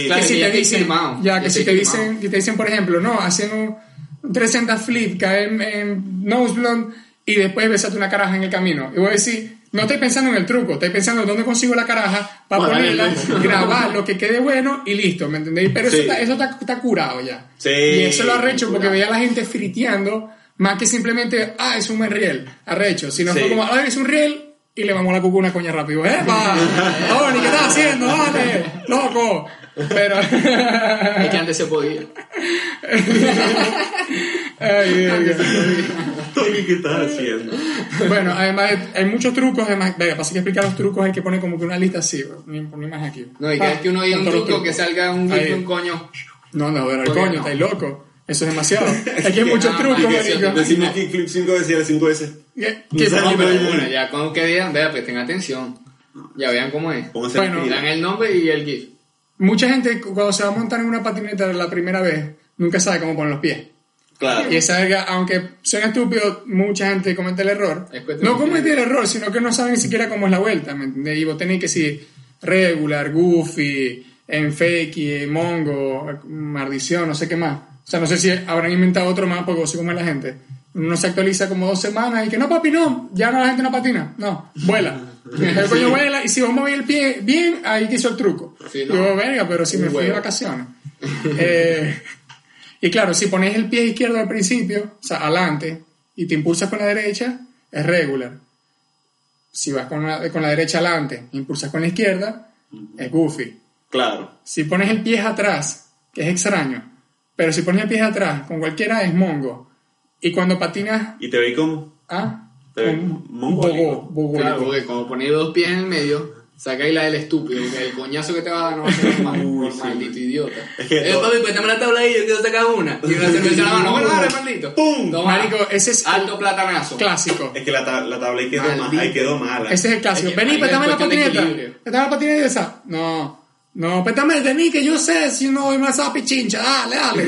que
claro,
si
que
te
ya te
dicen,
firmado,
ya
ya
que
te
si te
firmado.
dicen, que te dicen, por ejemplo, no, hacen un, un 300 flip, caen en nose blunt y después besate una caraja en el camino. Y voy a decir, no estoy pensando en el truco, estoy pensando en dónde consigo la caraja para
Para
ponerla,
verlo.
grabar lo que quede bueno y listo, ¿me entendéis? Pero
Sí.
eso, está, eso está, está curado ya.
Sí,
y eso lo arrecho porque
curado.
veía a la gente friteando más que simplemente, ah, es un buen riel, arrecho, sino
Sí.
fue como, ah, es un riel y le vamos la cuca una coña rápido. ¡Epa! ¡Tony, qué estás haciendo! ¡Dale! ¡Loco! Pero.
Es que antes se podía.
Ay, Dios.
Tony, ¿qué estás haciendo?
Bueno, además hay muchos trucos, además, venga, pasa que explicar los trucos hay que poner como que una lista así, bro. ni, ni más aquí. Ah,
No, y cada vez que uno diga
diga
un truco que salga un,
Ahí.
un coño.
No, no, pero el
Porque
coño,
no.
estáis loco. Eso es demasiado. Es que hay muchos
no,
trucos,
hay que-
marico.
Decimos kickflip cinco veces y a las cinco veces.
Que-
No
que-
sé,
No,
Sí,
pero
pero-
bueno, ya cuando que digan, vea, presten atención. Ya vean cómo es.
Pónganse
Bueno,
las
Y
pilas.
dan el nombre y el GIF.
Mucha gente cuando se va a montar en una patineta la primera vez, nunca sabe cómo poner los pies.
Claro.
Y esa verga, aunque suena estúpido, mucha gente comete el error.
Es cuestión
No
de-
comete el error, sino que no saben ni siquiera cómo es la vuelta, ¿me entiendes? Y vos tenés que decir regular, goofy, en fakey, mongo, maldición, no sé qué más. O sea, no sé si habrán inventado otro más porque vos sé cómo es la gente. Uno se actualiza como dos semanas y que no, papi, no, ya no la gente no patina, no, vuela. El coño vuela y si vos movés el pie bien, ahí que hizo el truco.
Sí,
Y
no.
vos, verga, pero si me
Un
fui de
huevo.
vacaciones. Eh, y claro, si pones el pie izquierdo al principio, o sea, adelante, y te impulsas con la derecha, es regular. Si vas con la, con la derecha adelante, impulsas con la izquierda, es goofy.
Claro.
Si pones el pie atrás, que es extraño, pero si pones el pie atrás con cualquiera es mongo. Y cuando patinas,
¿Y te veis cómo?
ah,
Te-
un-
mongólico.
bogo- bogólico.
Eh, Claro, porque como ponéis dos pies en el medio, sacáis la del estúpido, que el coñazo que te va a dar no va a ser normal,
Uy,
por
sí.
maldito idiota.
Es que
eh,
todo-
papi, cuéntame la tabla ahí, yo quiero sacar una. Y una cerveza en la mano, bueno, dale, maldito.
¡Pum! Ah.
Toma.
Marico, ese es
Alto platanazo.
clásico.
Es que la, ta- la tabla ahí quedó, ma-
Maldito.
ahí quedó mala.
Ese es el clásico.
Es que
Vení,
ahí
pétame
es
la
cuestión de
patineta.
equilibrio.
Pétame la patineta y esa. No. No, pétame de mí, que yo sé si no voy más a pichincha. Dale, dale.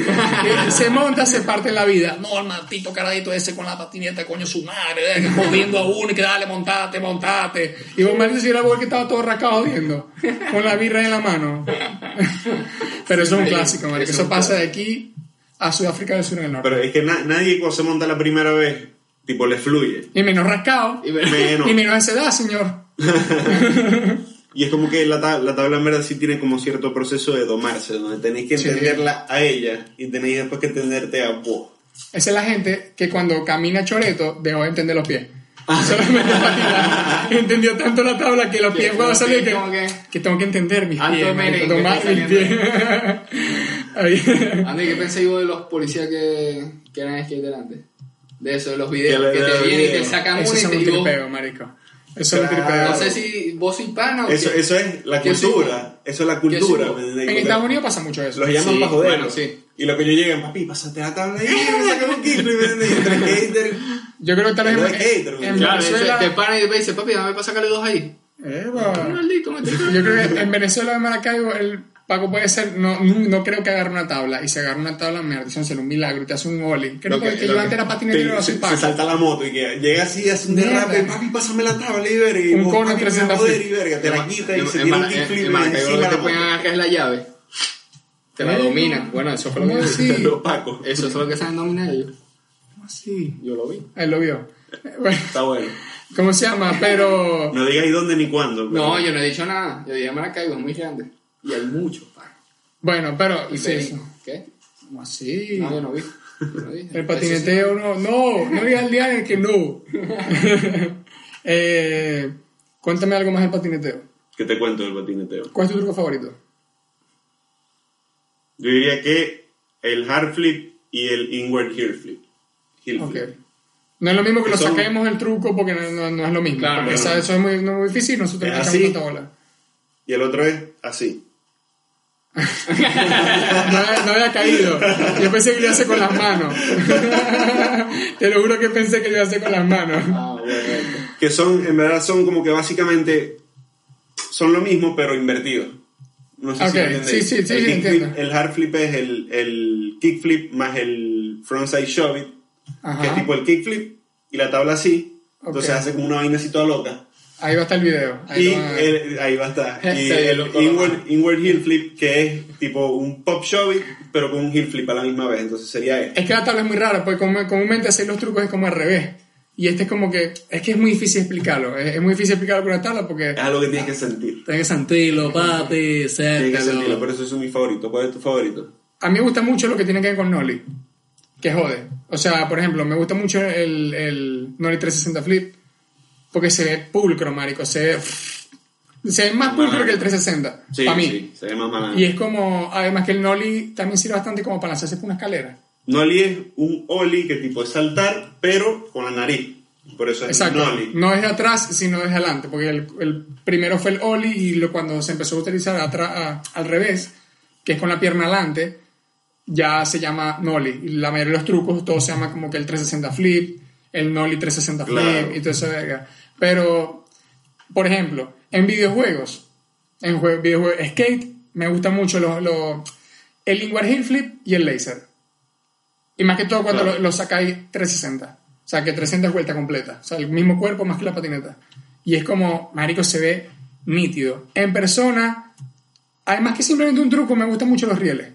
Y se monta, se parte la vida. No, el maldito caradito ese con la patineta, coño, su madre. eh, que Jodiendo a uno y que dale, montate, montate. Y vos me decís, era vos que estaba todo rascado jodiendo. Con la birra en la mano. Pero eso es un
Sí,
clásico, marico.
es
Eso
un
pasa de aquí a Sudáfrica del Sur en el norte.
Pero es que na- nadie cuando se monta la primera vez, tipo, le fluye.
Y menos rascado.
Y me-
Menos.
Y menos a esa edad, señor.
Y es como que la, ta- la tabla en verdad sí tiene como cierto proceso de domarse, donde tenéis que
Sí.
entenderla a ella y tenéis después que entenderte a vos.
Esa es la gente que cuando camina choreto dejó de entender los pies. Solamente patinar. Entendió tanto la tabla que los
Que
pies cuando
los
salían
pies
que,
como que-
que tengo que entender mis
Alto
pies, marico,
merengue,
tomar
que
mis pies. Ahí.
Andy, ¿qué pensáis vos de los policías que, que eran skater antes? De eso, de los
Que le
videos, que
da
te
el
vienen y te
video.
sacan
Eso
una
es
y
un
te digo,
tripeo, marico. Eso es un
Claro.
tripeo.
no sé si vos soy pana o
Eso,
qué.
eso es la
¿Qué
cultura. Eso es la cultura.
subo?
¿me entendéis?
En
Porque
Estados Unidos pasa mucho eso.
Los llaman
Sí,
para joder.
bueno, sí.
Y los coños llegan, papi, pásate la tabla ahí, me sacan un kilo y me entendéis, entre hater.
Yo creo que tal vez
No
en,
es hater,
en
güey.
Claro, eso,
Venezuela...
te paran y te dicen, papi, dame para sacarle dos ahí.
Eva.
Maldito, maldito.
Yo creo que en Venezuela de Maracaibo el Paco puede ser, no, no, no creo que agarre una tabla. Y si agarra una tabla, me dicen será un milagro y te hace un volley. Creo
Lo
que,
que-
que
lo
yo
que-
antes era patinero y
Te-
ahora
se,
soy
se
Paco.
salta la moto y que llega así, hace un
Mierda.
derrape, papi, pásame la tabla y verga. Y
Un
vos,
cono
papi, me
300
va a joder,
feet.
y verga, te la quita y
En-
se
en
tira un
Mar- en-
kickflip
en
y
Maracaibo lo eh, que
encima
te
la
pueden
moto.
agarrar es la llave. Te la
Eh,
dominan. Bueno, eso fue lo que
¿Cómo
yo
así?
vi.
Los pacos.
Eso es lo que saben dominar ellos.
Sí.
Yo lo vi.
Él lo vio. Eh, Bueno,
Está bueno.
¿Cómo se llama? Pero.
No digáis dónde ni cuándo. pero-
No, yo no he dicho nada. Yo dije Maracaibo, es muy grande. Y hay muchos, pa.
Bueno, pero.
Y
sí,
Perico.
eso.
¿Qué?
¿Cómo así?
No, yo no vi. Yo no dije.
El patineteo no. No, no digas el día en el que no. Eh, cuéntame algo más del patineteo.
¿Qué te cuento del patineteo?
¿Cuál es tu truco favorito?
Yo diría que el hard flip y el inward heel flip. Heel
Ok.
flip.
No es lo mismo que lo
Son-
saquemos el truco porque no, no- no es lo mismo.
Claro,
porque
no,
esa-
no.
eso es muy, no es muy difícil y nosotros
Es
no
así.
sacamos tanta bola.
Y el otro es así.
No, había- no había caído. Yo pensé que lo iba a hacer con las manos. Te lo juro que pensé que lo iba a hacer con las manos.
Ah, bueno.
Que son, en verdad, son como que básicamente son lo mismo, pero invertidos. No sé si
Ok,
me entendéis.
sí, sí, sí,
el,
sí,
kick
entiendo.
flip- el hard flip es el, el kick flip más el frontside shove it, que es
Ajá.
tipo el kick flip y la tabla así. Entonces
Ok.
hace como una vaina así toda loca.
Ahí va a estar el video. Ahí
y
lo van a ver.
el- ahí va a estar. Y
Sí,
el
loco,
inward, inward heel flip, que es tipo un pop shove it, pero con un heel flip a la misma vez. Entonces sería este.
Es que la tabla es muy rara, porque como- comúnmente hacer los trucos es como al revés. Y este es como que, es que es muy difícil explicarlo. Es, es muy difícil explicarlo con la tabla porque
Es algo que tienes que sentir.
tenés que sentir.
Tilo, papi,
Tienes que sentirlo,
séntalo.
por eso es mi favorito. ¿Cuál es tu favorito?
A mí me gusta mucho lo que tiene que ver con Nolly, que jode. O sea, por ejemplo, me gusta mucho el, el Nolly 360 Flip, porque se ve pulcro, marico. Se ve, se ve más pulcro que el 360,
Sí,
para mí.
sí, se ve más mal.
Y es como, además que el Nolly también sirve bastante como para lanzarse por una escalera.
Nolly es un ollie que tipo es saltar, pero con la nariz. Por eso es
Exacto.
nollie.
No es de atrás, sino desde adelante. Porque el, el primero fue el Oli y lo, cuando se empezó a utilizar atra- a- al revés, que es con la pierna adelante, ya se llama Nolly. Y la mayoría de los trucos, todos se llaman como que el 360 flip, el Nolly 360 flip
Claro.
y todo eso. verga. Pero, por ejemplo, en videojuegos, en jue- videojue- skate, me gusta mucho los, los- el inward heel flip y el laser. Y más que todo cuando
Claro.
lo, lo sacáis 360. O sea, que 360 es vuelta completa. O sea, el mismo cuerpo más que la patineta. Y es como, marico, se ve nítido. En persona, además que simplemente un truco, me gustan mucho los rieles.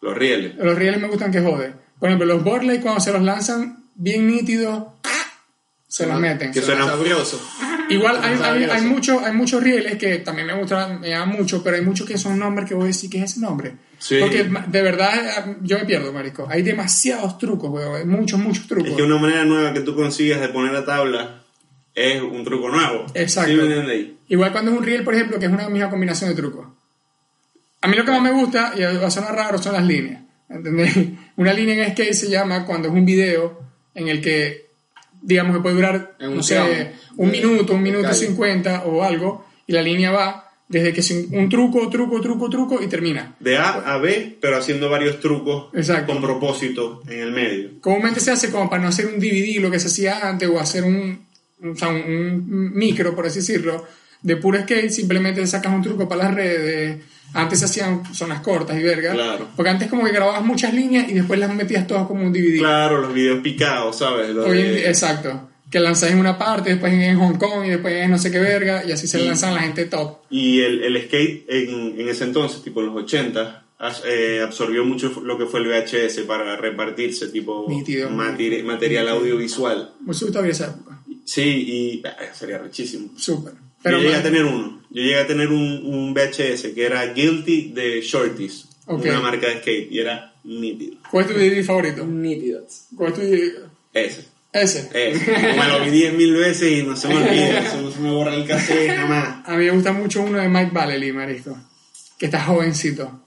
Los rieles.
Los rieles me gustan que jode. Por ejemplo, los Borley cuando se los lanzan bien nítidos, ¡ah! se los meten.
Que suena
Sabroso.
Igual hay, hay,
Maravilloso.
hay mucho- hay muchos rieles que también me gustan, me llaman mucho, pero hay muchos que son nombres que voy a decir que es ese nombre.
Sí.
Porque ma- de verdad eh, yo me pierdo, marico. Hay demasiados trucos, weón. Hay muchos, muchos trucos.
Es que una manera nueva que tú consigues de poner la tabla es un truco nuevo.
Exacto.
¿Sí me entendéis?
Igual cuando es un riel, por ejemplo, que es una misma combinación de trucos. A mí lo que más me gusta, y va a sonar raro, son las líneas. ¿Entendés? Una línea en skate se llama cuando es un video en el que, digamos, que puede durar,
En un
no sé,
tramo
un
de-
minuto, un
de
minuto
calle.
cincuenta o algo, y la línea va desde que es un un truco, truco, truco, truco y termina.
De A a B, pero haciendo varios trucos
Exacto.
con propósito en el medio.
Comúnmente se hace como para no hacer un DVD, lo que se hacía antes, o hacer un, o sea, un- un micro, por así decirlo, de puro skate, simplemente sacas un truco para las redes. Antes se hacían zonas cortas y verga.
Claro.
Porque antes como que grababas muchas líneas y después las metías todas como un DVD.
Claro, los videos picados, ¿sabes? Lo
Hoy en
de-
día- exacto. Que lanzas en una parte, después en Hong Kong y después en no sé qué verga, y así se lanzan la gente top.
Y el, el skate en, en ese entonces, tipo en los 80, as- eh, absorbió mucho lo que fue el VHS para repartirse, tipo
Nítido.
materi- material audiovisual.
Me gusta ver esa época.
Sí, y ah, sería richísimo.
Súper.
yo llegué
man,
a tener uno. Yo llegué a tener un, un VHS que era Guilty de Shorties,
Ok.
una marca de skate, y era nítido.
¿Cuál es tu DVD favorito?
Nítidos.
¿Cuál es tu DVD?
Ese.
Ese.
Ese. Me lo vi 10.000 veces y no se me olvida, eso no se me borra el cassette jamás.
A mí me gusta mucho uno de Mike Valley, marico. Que está jovencito.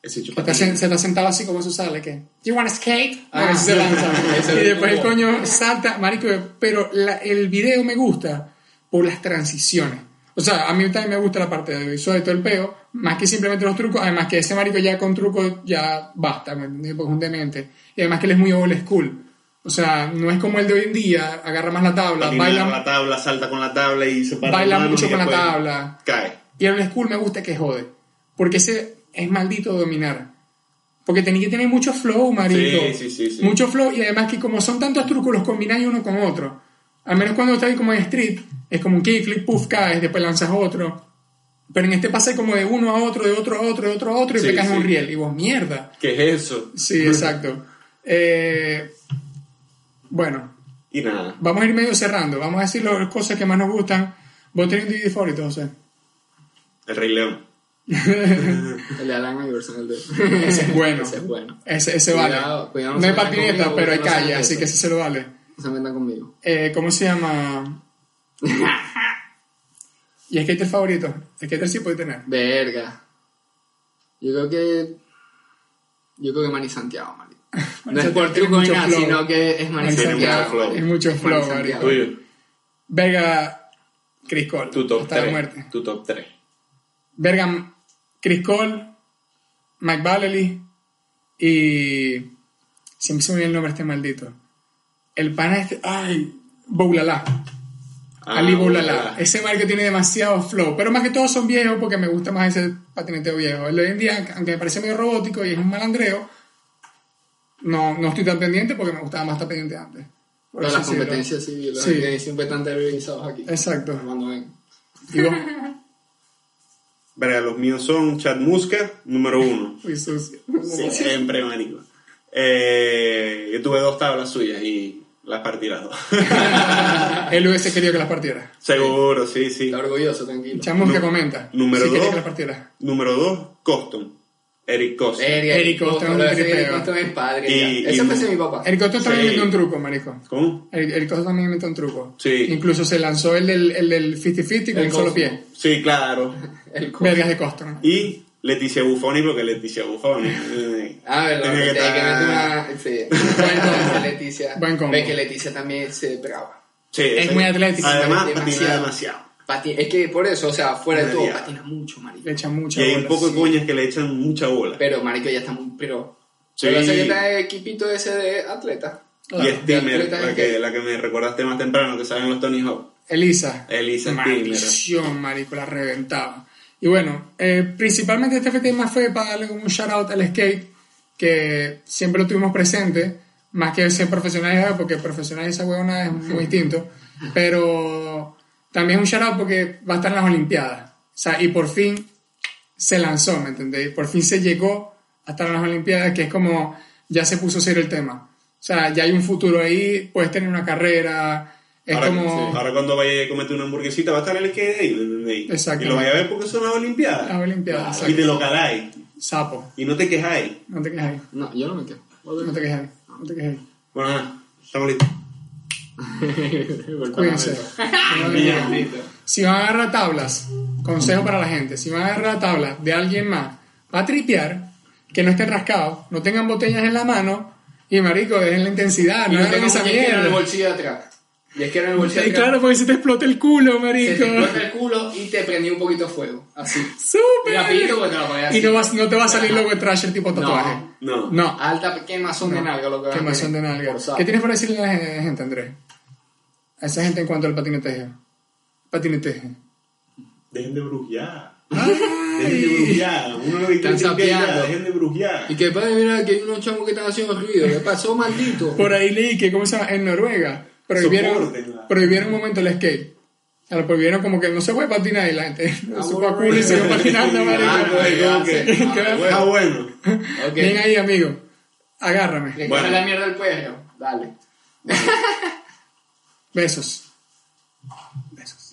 Ese
Que está,
chupatín.
sen- se está sentado así como eso sale, que... "Do you wanna skate?
Ah,
A ver si se lanza.
ese
y
es
después el
como-
coño salta, marico. Pero la- el video me gusta por las transiciones. O sea, a mí también me gusta la parte de visual y todo el peo, más que simplemente los trucos. Además que ese marico ya con trucos ya basta, ¿me entiendes? Porque es un demente. Y además que él es muy old school. O sea, no es como el de hoy en día, agarra más la tabla,
Patina
baila,
con la tabla, salta con la tabla y se para.
baila
las manos
mucho
y
con la
después
tabla.
Cae.
Y el old school me gusta que jode. Porque ese es maldito dominar. Porque tenés que tener mucho flow, marico.
Sí, sí, sí, sí.
Mucho flow. Y además que como son tantos trucos, los combináis uno con otro. Al menos cuando estáis como en street, es como un kickflip, puff, caes, después lanzas otro. Pero en este pasa como de uno a otro, de otro a otro, de otro a otro, y
Sí,
te caes en un
sí.
riel. Y vos, mierda.
¿Qué es eso?
Sí, exacto. Eh, bueno,
Y nada.
vamos a ir medio cerrando. Vamos a decir las cosas que más nos gustan. ¿Vos tenés un DVD favorito, José?
El Rey León.
El de Alan Iverson, el de...
Ese es bueno.
Ese es bueno.
Ese, ese vale.
Cuidado, cuidado, no
no
se
hay
metan
patineta,
conmigo,
pero hay
no sean
calle,
de
así
eso.
que ese se lo vale.
No se metan conmigo.
Eh, ¿Cómo se llama? ¿Y skater favorito? Skater sí puede tener.
Verga. Yo creo que... Yo creo que Manny Santiago, marico. No es por
Tiene
truco ni
mucho
nada,
flow.
sino que es Manny
Manny
Santiago,
Santiago.
flow.
marico.
Es mucho
Manny
flow,
Santiago.
marico.
Tuyo.
Verga, Chris Cole.
Tu top
hasta la
3.
muerte.
Tu top 3.
Verga, Chris Cole, Mike Valley y. Siempre se me olvida el nombre de este maldito. El pana este. ¡Ay! Boulalá.
Ah,
Ali Boulalá.
Boulalá.
Ese mar que tiene demasiado flow. Pero más que todos son viejos porque me gusta más ese patineteo viejo. El de hoy en día, aunque me parece medio robótico y es un malandreo, no, no estoy tan pendiente porque me gustaba más estar pendiente antes. Por
Todas
así
las
decirlo.
competencias sí, las
Sí.
que siempre están televisados aquí.
Exacto.
Armando, ven.
Y vos,
Verga, los míos son Chad Muska, número uno.
uy, sucio.
Siempre, marico. Eh, yo tuve dos tablas suyas y las partí las dos.
Él hubiese querido que las partiera.
Seguro, sí, sí.
Está orgulloso, tranquilo.
Chamo que
Nu-
comenta.
número
si quería
dos.
que las partiera.
Número dos, Coston. Eric Coston.
Eric Costón,
Costón,
un
ese Eric
tripeo.
Costón es padre.
Y-
ya. Ese
y-
fue ese mi papá.
El Costo también
Sí.
metió un truco, marico.
¿Cómo?
El, el Costo también metió un truco.
Sí.
Incluso se lanzó el del, el del 50-50 con
El
un solo
Costo.
pie.
Sí, claro.
El Costón.
Vergas de Costo. ¿no?
Y Leticia Buffoni, porque Leticia Buffoni. eh,
Ah, verdad.
tenía
Que
que
hay que meter
estar-
una... Sí.
Buen combo.
Leticia.
Buen combo.
Ve que Leticia también se brava.
Sí,
Es
esa-
muy atlética.
Además,
Demasiado.
patina demasiado.
Pati- Es que por eso, o sea, fuera de todo,
Maravilla.
patina mucho, marico.
Le echan
Y
mucha
hay
bola.
un poco de
sí.
coñas que le echan mucha bola.
Pero, marico, ya está muy... Pero...
Sí.
Pero sé que está el equipito ese de atleta.
y
Claro.
es- de
Steamer,
atletas
la
es
que,
que-
la que me recordaste más temprano, que salen los Tony Hawk.
Elisa.
Elisa
Maldición, marico, la reventaba. Y bueno, eh, principalmente este tema fue para darle como un shout out al skate, que siempre lo tuvimos presente, más que ser profesionales, porque profesional esa huevona es muy distinto, pero también un shout out porque va a estar en las Olimpiadas. O sea, y por fin se lanzó, ¿me entendéis? Por fin se llegó hasta las Olimpiadas, que es como ya se puso serio el tema. O sea, ya hay un futuro ahí, puedes tener una carrera, es
ahora,
como...
sí, ahora cuando vaya a comerte una hamburguesita va a estar el skate ahí. ¿me entendéis?
Exacto.
Y lo vaya a ver porque son las Olimpiadas.
Las Olimpiadas,
Y te
exacto.
lo caláis.
Sapo,
Y no te quejáis.
no te quejes ahí,
No, yo no me quedo.
no te quejes ahí, no te quejes ahí.
Bueno, nada, estamos listos.
Cuídense. Si van a agarrar tablas, consejo para la gente, si van a agarrar tablas de alguien más para tripear, que no estén rascados, no tengan botellas en la mano y marico, dejen la intensidad,
Y no
no hagan
tengo
esa
un yesquero en el
mierda.
bolsillo de atrás. Y es que era en el bolsillo de
Y
atrás.
claro, porque se te explota el culo,
Se
marico.
te explota el culo y te prendí un poquito de fuego. Así. Rapidito,
¡Súper!
bueno, lo ponía así.
Y no, vas- no te va a salir luego el trasher tipo tatuaje.
No.
No.
Alta quemazón de nalga lo que vas a
Quemazón de
tener.
nalga.
Forzado.
¿Qué tienes para decirle a la gen- gente, Andrés? A esa gente en cuanto al patineteje. Patineteje.
Dejen de brujear. Dejen de brujear. Uno lo que
Están
quiere es
sapeando.
ya, dejen de brujear.
Y que padre, mira que hay unos chamos que están haciendo ruido. ¿Qué pasó, maldito?
Por ahí leí que, ¿cómo se llama? En Noruega prohibieron,
Soportenla.
prohibieron un momento el skate. O sea, lo prohibieron como que no se puede patinar y la gente
Ah,
se fue a
bueno,
culo y siguió patinando,
Ah,
Ah,
marico.
pues,
bueno,
como que-
sí.
ah, bueno. Ah, bueno.
Ok.
Bien ahí, amigo. Agárrame.
Le
Bueno.
bueno. la mierda al perro. Dale.
Besos. Besos.